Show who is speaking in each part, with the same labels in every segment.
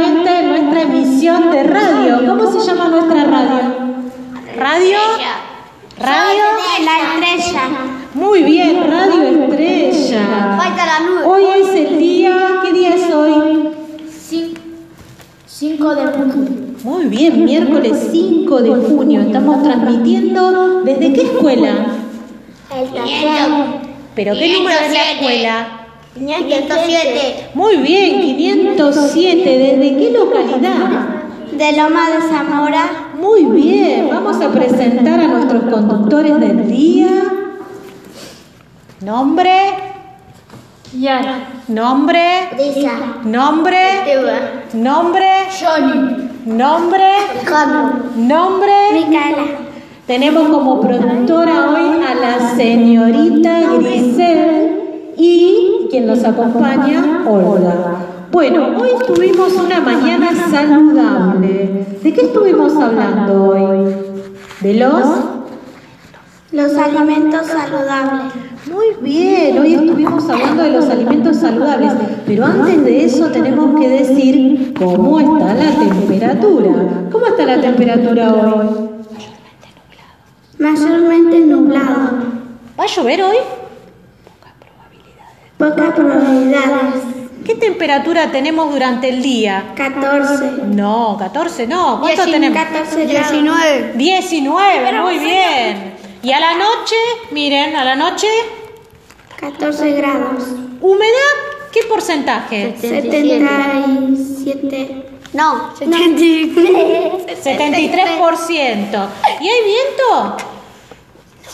Speaker 1: Eh,
Speaker 2: emisión de radio. ¿Cómo se llama nuestra radio? Radio. Radio.
Speaker 1: La estrella.
Speaker 2: Muy bien, Radio Estrella.
Speaker 1: Falta la luz.
Speaker 2: Hoy es el día. ¿Qué día es hoy?
Speaker 1: 5 de junio.
Speaker 2: Muy bien, miércoles 5 de junio. Estamos transmitiendo. ¿Desde qué escuela?
Speaker 1: El tercero.
Speaker 2: ¿Pero qué número es la escuela?
Speaker 1: 507.
Speaker 2: Muy bien, 507. ¿Desde qué localidad?
Speaker 1: De Loma de Zamora.
Speaker 2: Muy bien, vamos a presentar a nuestros conductores del día. Nombre,
Speaker 1: Yara.
Speaker 2: nombre,
Speaker 1: Disa.
Speaker 2: nombre,
Speaker 1: Eva.
Speaker 2: nombre,
Speaker 1: Johnny.
Speaker 2: nombre,
Speaker 1: Juan.
Speaker 2: nombre.
Speaker 1: Micaela.
Speaker 2: Tenemos como productora hoy a la señorita Grisel y quien los acompaña, Olga. Bueno, hoy tuvimos una mañana saludable. ¿De qué estuvimos hablando hoy? De los
Speaker 1: Los alimentos saludables.
Speaker 2: Muy bien, hoy estuvimos hablando de los alimentos saludables, pero antes de eso tenemos que decir cómo está la temperatura. ¿Cómo está la temperatura hoy?
Speaker 1: Mayormente nublado.
Speaker 2: ¿Va a llover hoy?
Speaker 1: Pocas probabilidades.
Speaker 2: ¿Qué temperatura tenemos durante el día?
Speaker 1: 14.
Speaker 2: No, 14 no. ¿Cuánto tenemos?
Speaker 1: 14 19.
Speaker 2: 19, muy bien. Y a la noche, miren, a la noche,
Speaker 1: 14 grados.
Speaker 2: humedad, ¿qué porcentaje?
Speaker 1: 77. No,
Speaker 2: 73%. ¿Y hay viento?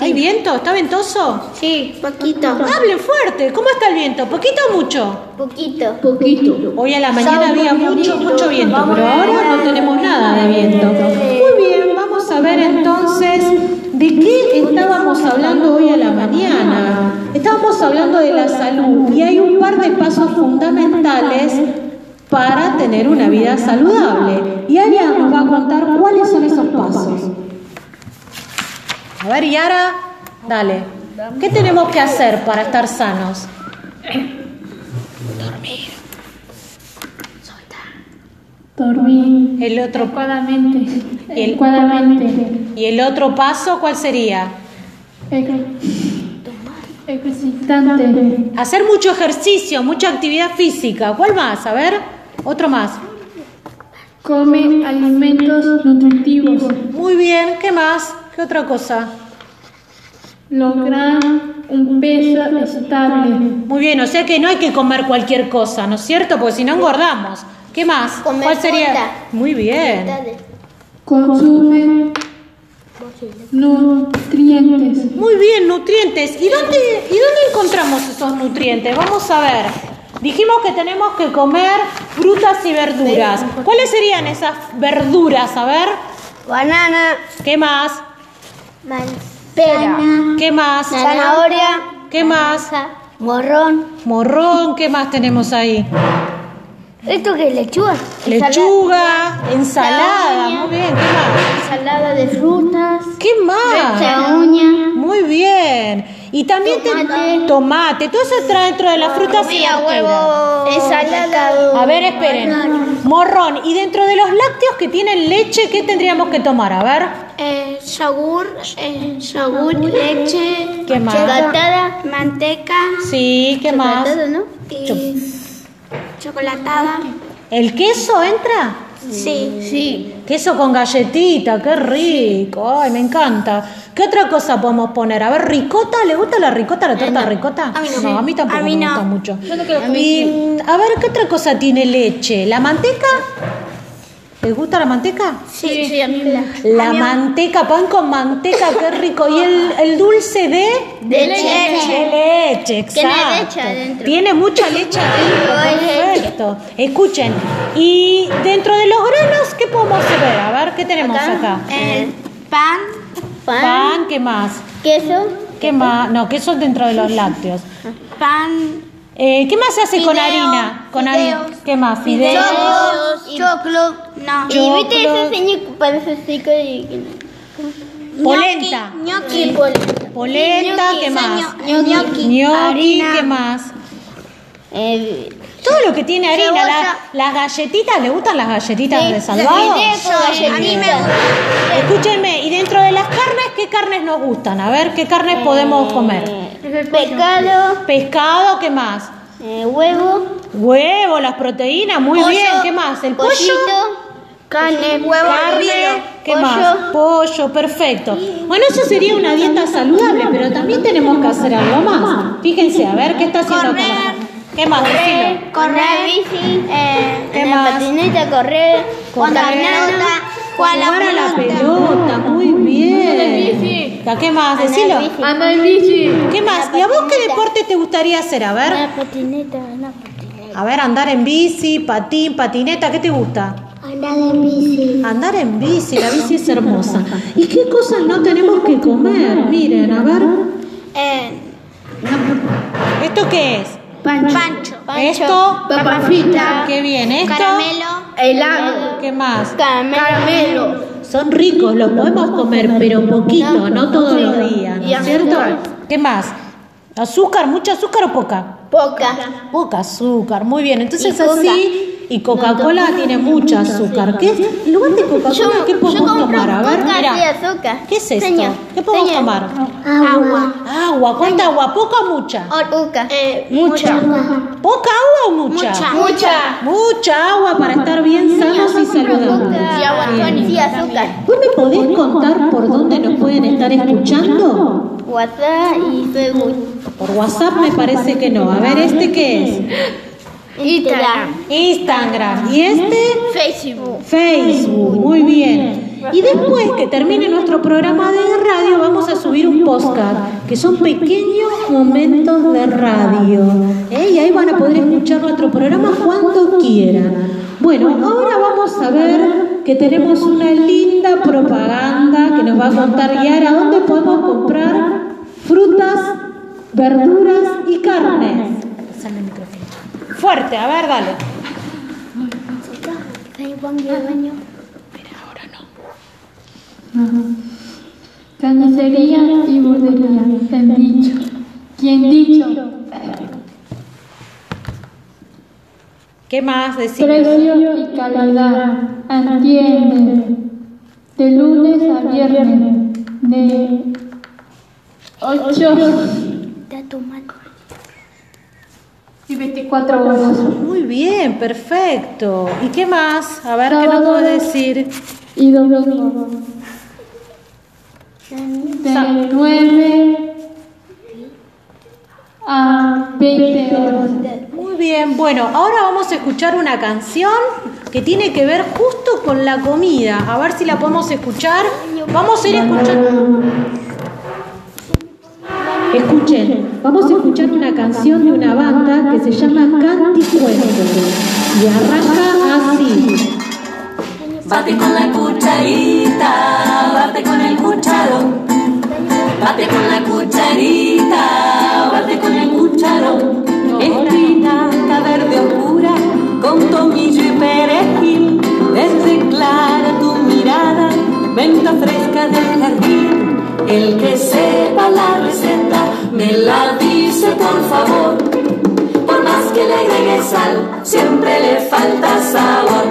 Speaker 2: ¿Hay viento? ¿Está ventoso?
Speaker 1: Sí, poquito.
Speaker 2: Hablen fuerte, ¿cómo está el viento? ¿Poquito o mucho?
Speaker 1: Poquito. Poquito.
Speaker 2: Hoy a la mañana había mucho, mucho viento, pero ahora no tenemos nada de viento. Muy bien, vamos a ver entonces de qué estábamos hablando hoy a la mañana. Estábamos hablando de la salud y hay un par de pasos fundamentales para tener una vida saludable. Y Aria nos va a contar cuáles son esos pasos. A ver, Yara, dale. ¿Qué tenemos que hacer para estar sanos?
Speaker 3: Dormir
Speaker 2: El otro
Speaker 3: adecuadamente.
Speaker 2: Y el-
Speaker 3: Adecuadamente.
Speaker 2: ¿Y el otro paso cuál sería?
Speaker 3: Ec- Ejercitante.
Speaker 2: Hacer mucho ejercicio, mucha actividad física. ¿Cuál más? A ver, otro más.
Speaker 3: Come alimentos nutritivos.
Speaker 2: Muy bien, ¿qué más? ¿Qué otra cosa?
Speaker 3: Lograr un peso estable.
Speaker 2: Muy bien, o sea que no hay que comer cualquier cosa, ¿no es cierto? Porque si no engordamos. ¿Qué más?
Speaker 1: Comer
Speaker 2: ¿Cuál sería?
Speaker 1: fruta.
Speaker 2: Muy bien.
Speaker 3: Consume nutrientes.
Speaker 2: Muy bien, nutrientes. ¿Y dónde, ¿Y dónde encontramos esos nutrientes? Vamos a ver. Dijimos que tenemos que comer frutas y verduras. ¿Cuáles serían esas verduras? A ver,
Speaker 1: Banana.
Speaker 2: ¿qué más?
Speaker 1: Pera.
Speaker 2: ¿Qué más?
Speaker 1: Zanahoria.
Speaker 2: ¿Qué más?
Speaker 1: Morrón.
Speaker 2: Morrón, ¿qué más tenemos ahí?
Speaker 1: ¿Esto qué es lechuga?
Speaker 2: Lechuga, ensalada,
Speaker 1: Zanahoria.
Speaker 2: muy bien, ¿qué más?
Speaker 1: Ensalada de frutas.
Speaker 2: ¿Qué más?
Speaker 1: Uña.
Speaker 2: Muy bien. Y también tomate,
Speaker 1: Tomate.
Speaker 2: tomate. todo eso trae dentro de las frutas y verduras.
Speaker 1: Ensalada.
Speaker 2: A ver, esperen. Morrón. Y dentro de los lácteos que tienen leche, ¿qué tendríamos que tomar? A ver.
Speaker 1: Eh, yogur, eh, yogur, leche,
Speaker 2: ¿Qué más?
Speaker 1: chocolatada, manteca,
Speaker 2: Sí, ¿qué más?
Speaker 1: ¿no? y chocolatada.
Speaker 2: ¿El queso entra?
Speaker 1: Ah, Sí. Sí.
Speaker 2: Queso con galletita, qué rico. Ay, me encanta. ¿Qué otra cosa podemos poner? A ver, ricota, ¿le gusta la ricota, la torta ricota?
Speaker 1: A mí no.
Speaker 2: a mí tampoco
Speaker 1: A mí
Speaker 2: me
Speaker 1: no.
Speaker 2: gusta mucho. Y, mm, a ver, ¿qué otra cosa tiene leche? ¿La manteca? ¿Te gusta la manteca?
Speaker 1: Sí, sí, a mí me gusta.
Speaker 2: La manteca, pan con manteca, qué rico. ¿Y el, el dulce de?
Speaker 1: De leche.
Speaker 2: De leche, exacto.
Speaker 1: Tiene leche adentro.
Speaker 2: Tiene mucha leche adentro,
Speaker 1: Ay, leche.
Speaker 2: perfecto. Escuchen, y dentro de los granos, ¿qué podemos ver? A ver, ¿qué tenemos acá?
Speaker 1: Eh, pan, Ah.
Speaker 2: Pan, ¿qué más?
Speaker 1: queso,
Speaker 2: ¿Qué más? No, queso dentro de los lácteos.
Speaker 1: pan,
Speaker 2: Eh, ¿Qué más se hace con
Speaker 1: Fideo,
Speaker 2: harina? Con harina.
Speaker 1: fideos.
Speaker 2: ¿Qué más? Fideos.
Speaker 1: choclo, no.
Speaker 2: Y viste Choclo. ese
Speaker 1: señor que parece seco y
Speaker 2: Polenta.
Speaker 1: ñoqui, polenta,
Speaker 2: Polenta, ¿qué más?
Speaker 1: ñoqui, eh,
Speaker 2: Ñoqui, ¿qué más? Todo lo que tiene harina,
Speaker 1: Cebolla.
Speaker 2: la- las galletitas, ¿le gustan las galletitas
Speaker 1: Sí,
Speaker 2: de
Speaker 1: las
Speaker 2: salvado?
Speaker 1: fideos con
Speaker 2: eh,
Speaker 4: Yo, a mí me
Speaker 1: galletitas.
Speaker 2: Escúchenme, y dentro de las carnes, ¿qué carnes nos gustan? A ver, ¿qué carnes podemos comer?
Speaker 1: Pescado,
Speaker 2: Pescado, ¿qué más?
Speaker 1: eh, huevo,
Speaker 2: Huevo, las proteínas, muy
Speaker 1: pollo,
Speaker 2: bien, ¿qué más? El pollo,
Speaker 1: pollito, carne,
Speaker 4: huevo hervido,
Speaker 2: carne, ¿qué
Speaker 1: pollo.
Speaker 2: más? Pollo, perfecto. Bueno, eso sería una dieta saludable, pero también tenemos que hacer algo más. Fíjense, a ver, ¿qué está haciendo
Speaker 4: Correr.
Speaker 2: Carla? ¿Qué más? Decilo.
Speaker 1: Eh, correr bici, eh,
Speaker 2: ¿Qué
Speaker 1: en
Speaker 2: más?
Speaker 1: la patineta, correr,
Speaker 4: Jugar a la
Speaker 1: caminar,
Speaker 4: pelota,
Speaker 1: jugar a
Speaker 2: Jugar a la
Speaker 1: la pelota.
Speaker 2: pelota, muy bien. ¿A qué más? Decilo.
Speaker 1: bici.
Speaker 3: Anda en bici.
Speaker 2: ¿Qué más? ¿Y a vos qué deporte te gustaría hacer? A ver,
Speaker 1: Una patineta, una patineta.
Speaker 2: a ver, andar en bici, patín, patineta, ¿qué te gusta?
Speaker 1: Andar en bici.
Speaker 2: Andar en bici, la bici es hermosa. ¿Y qué cosas no tenemos que comer? Miren, a ver.
Speaker 1: Eh,
Speaker 2: ¿Esto qué es?
Speaker 1: pancho.
Speaker 2: ¿Esto?
Speaker 3: Papa frita.
Speaker 2: ¿Qué viene? ¿Esto?
Speaker 1: Caramelo. eh,
Speaker 3: Helado.
Speaker 2: ¿Qué más?
Speaker 1: Caramelo.
Speaker 2: Son ricos, los podemos comer, pero poquito, no todos los días, ¿no es cierto? ¿Qué más? ¿Azúcar? ¿Mucha azúcar o poca?
Speaker 1: Poca.
Speaker 2: Poca azúcar, muy bien. Entonces
Speaker 1: Y Coca.
Speaker 2: así, y Coca-Cola tiene mucha azúcar. ¿Qué? En lugar de Coca-Cola, ¿qué podemos tomar? A ver,
Speaker 1: coca y
Speaker 2: mira.
Speaker 1: azúcar.
Speaker 2: ¿Qué es esto?
Speaker 1: Señor,
Speaker 2: ¿Qué podemos
Speaker 1: señor.
Speaker 2: tomar?
Speaker 1: Agua.
Speaker 2: Agua, ¿cuánta agua? ¿Poca o mucha?
Speaker 1: Oruca. Eh, mucha.
Speaker 2: ¿Poca agua o mucha?
Speaker 1: Mucha.
Speaker 2: Mucha agua para estar bien sanos y saludables.
Speaker 1: Y agua tonic. Y azúcar.
Speaker 2: ¿Vos me podés contar por dónde nos pueden estar escuchando?
Speaker 1: WhatsApp y Facebook.
Speaker 2: Por WhatsApp me parece que no. A ver, ¿este qué es?
Speaker 1: Instagram.
Speaker 2: Instagram. ¿Y este?
Speaker 1: Facebook.
Speaker 2: Facebook, muy bien. Y después que termine nuestro programa de radio, vamos a subir un podcast, que son pequeños momentos de radio. ¿eh? Y ahí van a poder escuchar nuestro programa cuando quieran. Bueno, ahora vamos a ver que tenemos una linda propaganda que nos va a contar Yara dónde podemos comprar frutas, verduras y carnes. Fuerte, a ver, dale.
Speaker 3: Carnicería y burdería. En dicho. ¿Quién dicho?
Speaker 2: ¿Qué más decimos?
Speaker 3: Precio y calidad. Atienden. De lunes a viernes. De 8 y 24 horas.
Speaker 2: Muy bien, perfecto. ¿Y qué más? A ver, ¿qué nos
Speaker 3: Sábado.
Speaker 2: puedes decir?
Speaker 3: Y domingo. De 9 a 20 horas.
Speaker 2: Muy bien, bueno, ahora vamos a escuchar una canción que tiene que ver justo con la comida. A ver si la podemos escuchar. Vamos a ir escuchando. Escuchen, vamos a escuchar una canción de una banda que se llama Canticuento y arranca así.
Speaker 5: Bate con la cucharita, bate con el cucharón. Bate con la cucharita, bate con el cucharón. Espinaca verde oscura, con tomillo y perejil. Desde clara tu mirada, venta fresca del jardín. El que sepa la receta, me la dice por favor. Por más que le agregue sal, siempre le falta sabor.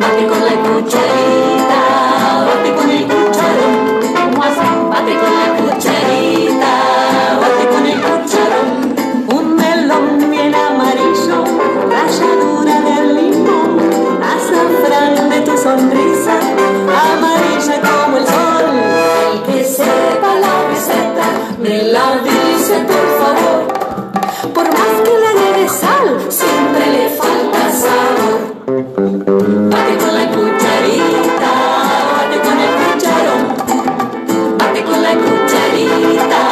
Speaker 5: Bate con la cucharita, bate con el cucharón. Bate con la cucharita, bate con el cucharón. Un melón bien amarillo, ralladura del limón, azafrán de tu sonrisa, amarilla como el sol. El que sepa la receta, me la dice por favor. Por más que le agregues sal, siempre le falta sabor. Bate con la cucharita, bate con el cucharón. Bate con la cucharita,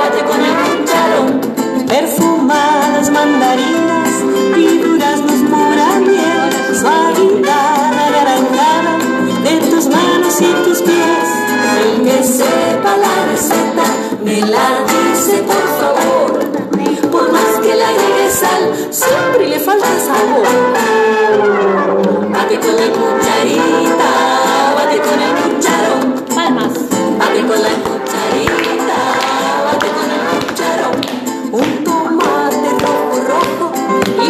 Speaker 5: bate con el cucharón. Perfumadas mandarinas y duraznos pura miel. Suavidad anaranjada de tus manos y tus pies. El que sepa la receta, me la dice por favor. Por más que le agregue sal, siempre le falta sabor. Bate con la cucharita, bate con el cucharón,
Speaker 2: Palmas.
Speaker 5: bate con la cucharita, bate con el cucharón. Un tomate rojo rojo y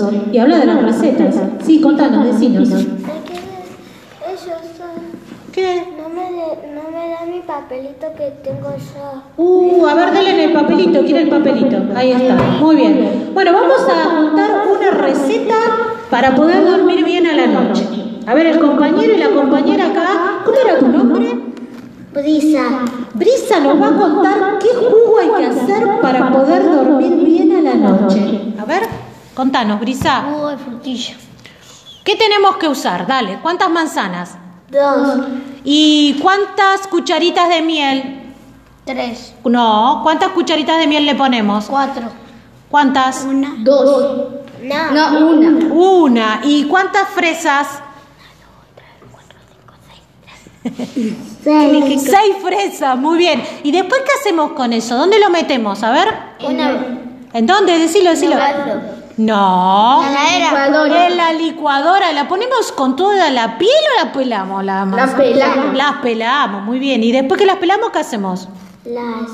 Speaker 2: ¡Eh! Y habla de las recetas. Sí, contanos, decinos.
Speaker 4: Ellos son...
Speaker 2: ¿Qué?
Speaker 4: No me, de- no me dan mi papelito que tengo yo.
Speaker 2: Uh, a ver, denle en el papelito, quiere el papelito. Ahí está, muy bien. Bueno, vamos a montar una receta para poder dormir bien a la noche. A ver, el compañero y la compañera acá, ¿cómo era tu nombre?
Speaker 4: Brisa.
Speaker 2: Brisa nos va a contar qué jugo hay que hacer para poder dormir bien a la noche. A ver, contanos, Brisa,
Speaker 1: Jugo de frutilla.
Speaker 2: ¿qué tenemos que usar? Dale, ¿cuántas manzanas?
Speaker 4: Dos.
Speaker 2: ¿Y cuántas cucharitas de miel?
Speaker 1: Tres.
Speaker 2: No, ¿cuántas cucharitas de miel le ponemos?
Speaker 1: Cuatro.
Speaker 2: ¿Cuántas?
Speaker 1: Una.
Speaker 4: Dos. No.
Speaker 1: No, una.
Speaker 2: Una. ¿Y cuántas fresas?
Speaker 4: Seis.
Speaker 2: Seis fresas, muy bien. ¿Y después qué hacemos con eso? ¿Dónde lo metemos? A ver.
Speaker 1: Una.
Speaker 2: ¿En dónde? Decilo, decilo. No.
Speaker 1: La heladera.
Speaker 2: En la licuadora. ¿La ponemos con toda la piel o la pelamos? La
Speaker 1: Las
Speaker 2: manzana?
Speaker 1: pelamos.
Speaker 2: Las pelamos, muy bien. ¿Y después que las pelamos, qué hacemos?
Speaker 4: Las...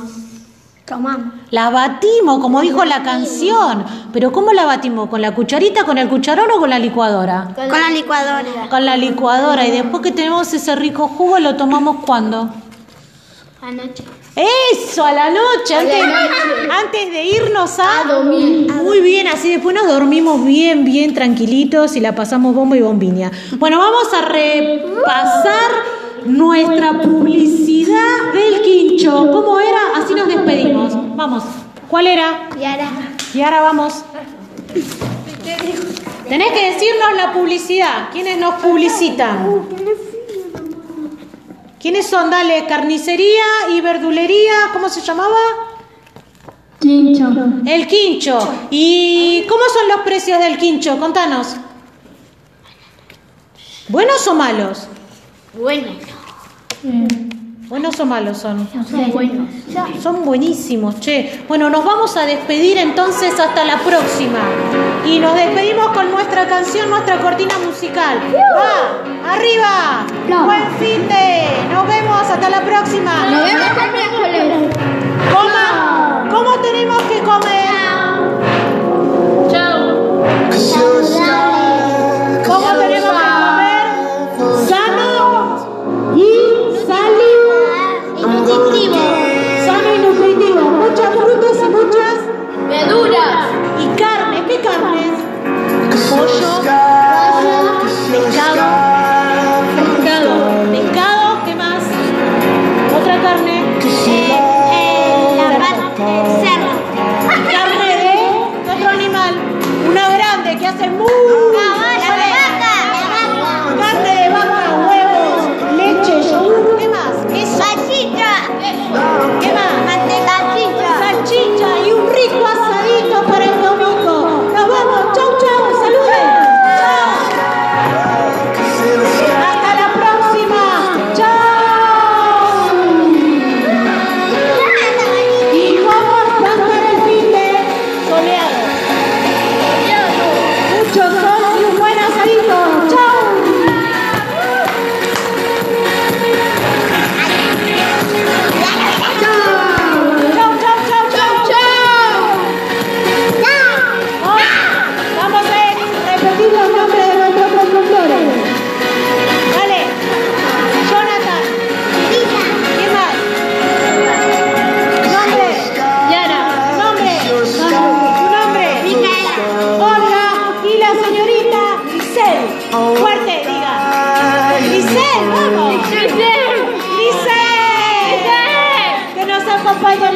Speaker 1: Tomamos.
Speaker 2: Las batimos, como dijo la canción. Pero ¿cómo la batimos? ¿Con la cucharita, con el cucharón o con la licuadora?
Speaker 1: Con la licuadora.
Speaker 2: Con la licuadora. ¿Y después que tenemos ese rico jugo, lo tomamos cuando?
Speaker 1: Anoche.
Speaker 2: Eso, a la noche, antes, antes de irnos a... Muy bien, así después nos dormimos bien, bien tranquilitos y la pasamos bomba y bombiña. Bueno, vamos a repasar nuestra publicidad del quincho. ¿Cómo era? Así nos despedimos. Vamos, ¿cuál era?
Speaker 1: Y ahora.
Speaker 2: Y ahora vamos. Tenés que decirnos la publicidad. ¿Quiénes nos publicitan? ¿Quiénes son? Dale, carnicería y verdulería. ¿Cómo se llamaba?
Speaker 3: Quincho.
Speaker 2: El quincho. ¿Y cómo son los precios del quincho? Contanos. ¿Buenos o malos?
Speaker 1: Bueno.
Speaker 3: Eh,
Speaker 2: Buenos o malos son.
Speaker 1: Son buenos.
Speaker 2: Son buenísimos, che. Bueno, nos vamos a despedir entonces hasta la próxima. Y nos despedimos con nuestra canción, nuestra cortina musical. ¡Va! ¡Arriba!
Speaker 3: No.
Speaker 2: ¡Buen fin de! ¡Nos vemos! ¡Hasta la próxima!
Speaker 1: Nos vemos el miércoles.
Speaker 2: ¡Coma! ¿Cómo tenemos que comer? ¿Cómo tenemos que comer? Sano y salido. Sano y nutritivo. Muchas frutas y muchas.
Speaker 1: Verduras.
Speaker 2: Y carnes. ¿Qué carnes? Pollo, pescado. Pescado, ¿qué más? Otra carne.
Speaker 1: La parte cerdo.
Speaker 2: Carne de otro animal. Una grande que hace muy.
Speaker 1: La vaca.
Speaker 2: Carne de vaca, huevos, leche, yogur. ¿Qué más? Queso.
Speaker 1: Salchicha.
Speaker 2: ¿Qué más?
Speaker 1: Manteca.
Speaker 2: salchicha y un rico asadito para el domingo. Nos vamos, chau, chau, saluden. Chau. Hasta la próxima. Chau. Y vamos va a estar el fin de soleado. Mucho sol y un buen asadito. Chau. Chau, chau, chau, chau, chau. Hoy vamos a repetir los nombres de nuestros conductores. Dale. Jonathan. ¿Qué más? Nombre. Yara. Nombre. Tu nombre. Olga y la señorita Giselle. Fuerte, diga. Giselle, vamos. Giselle. Que nos acompaña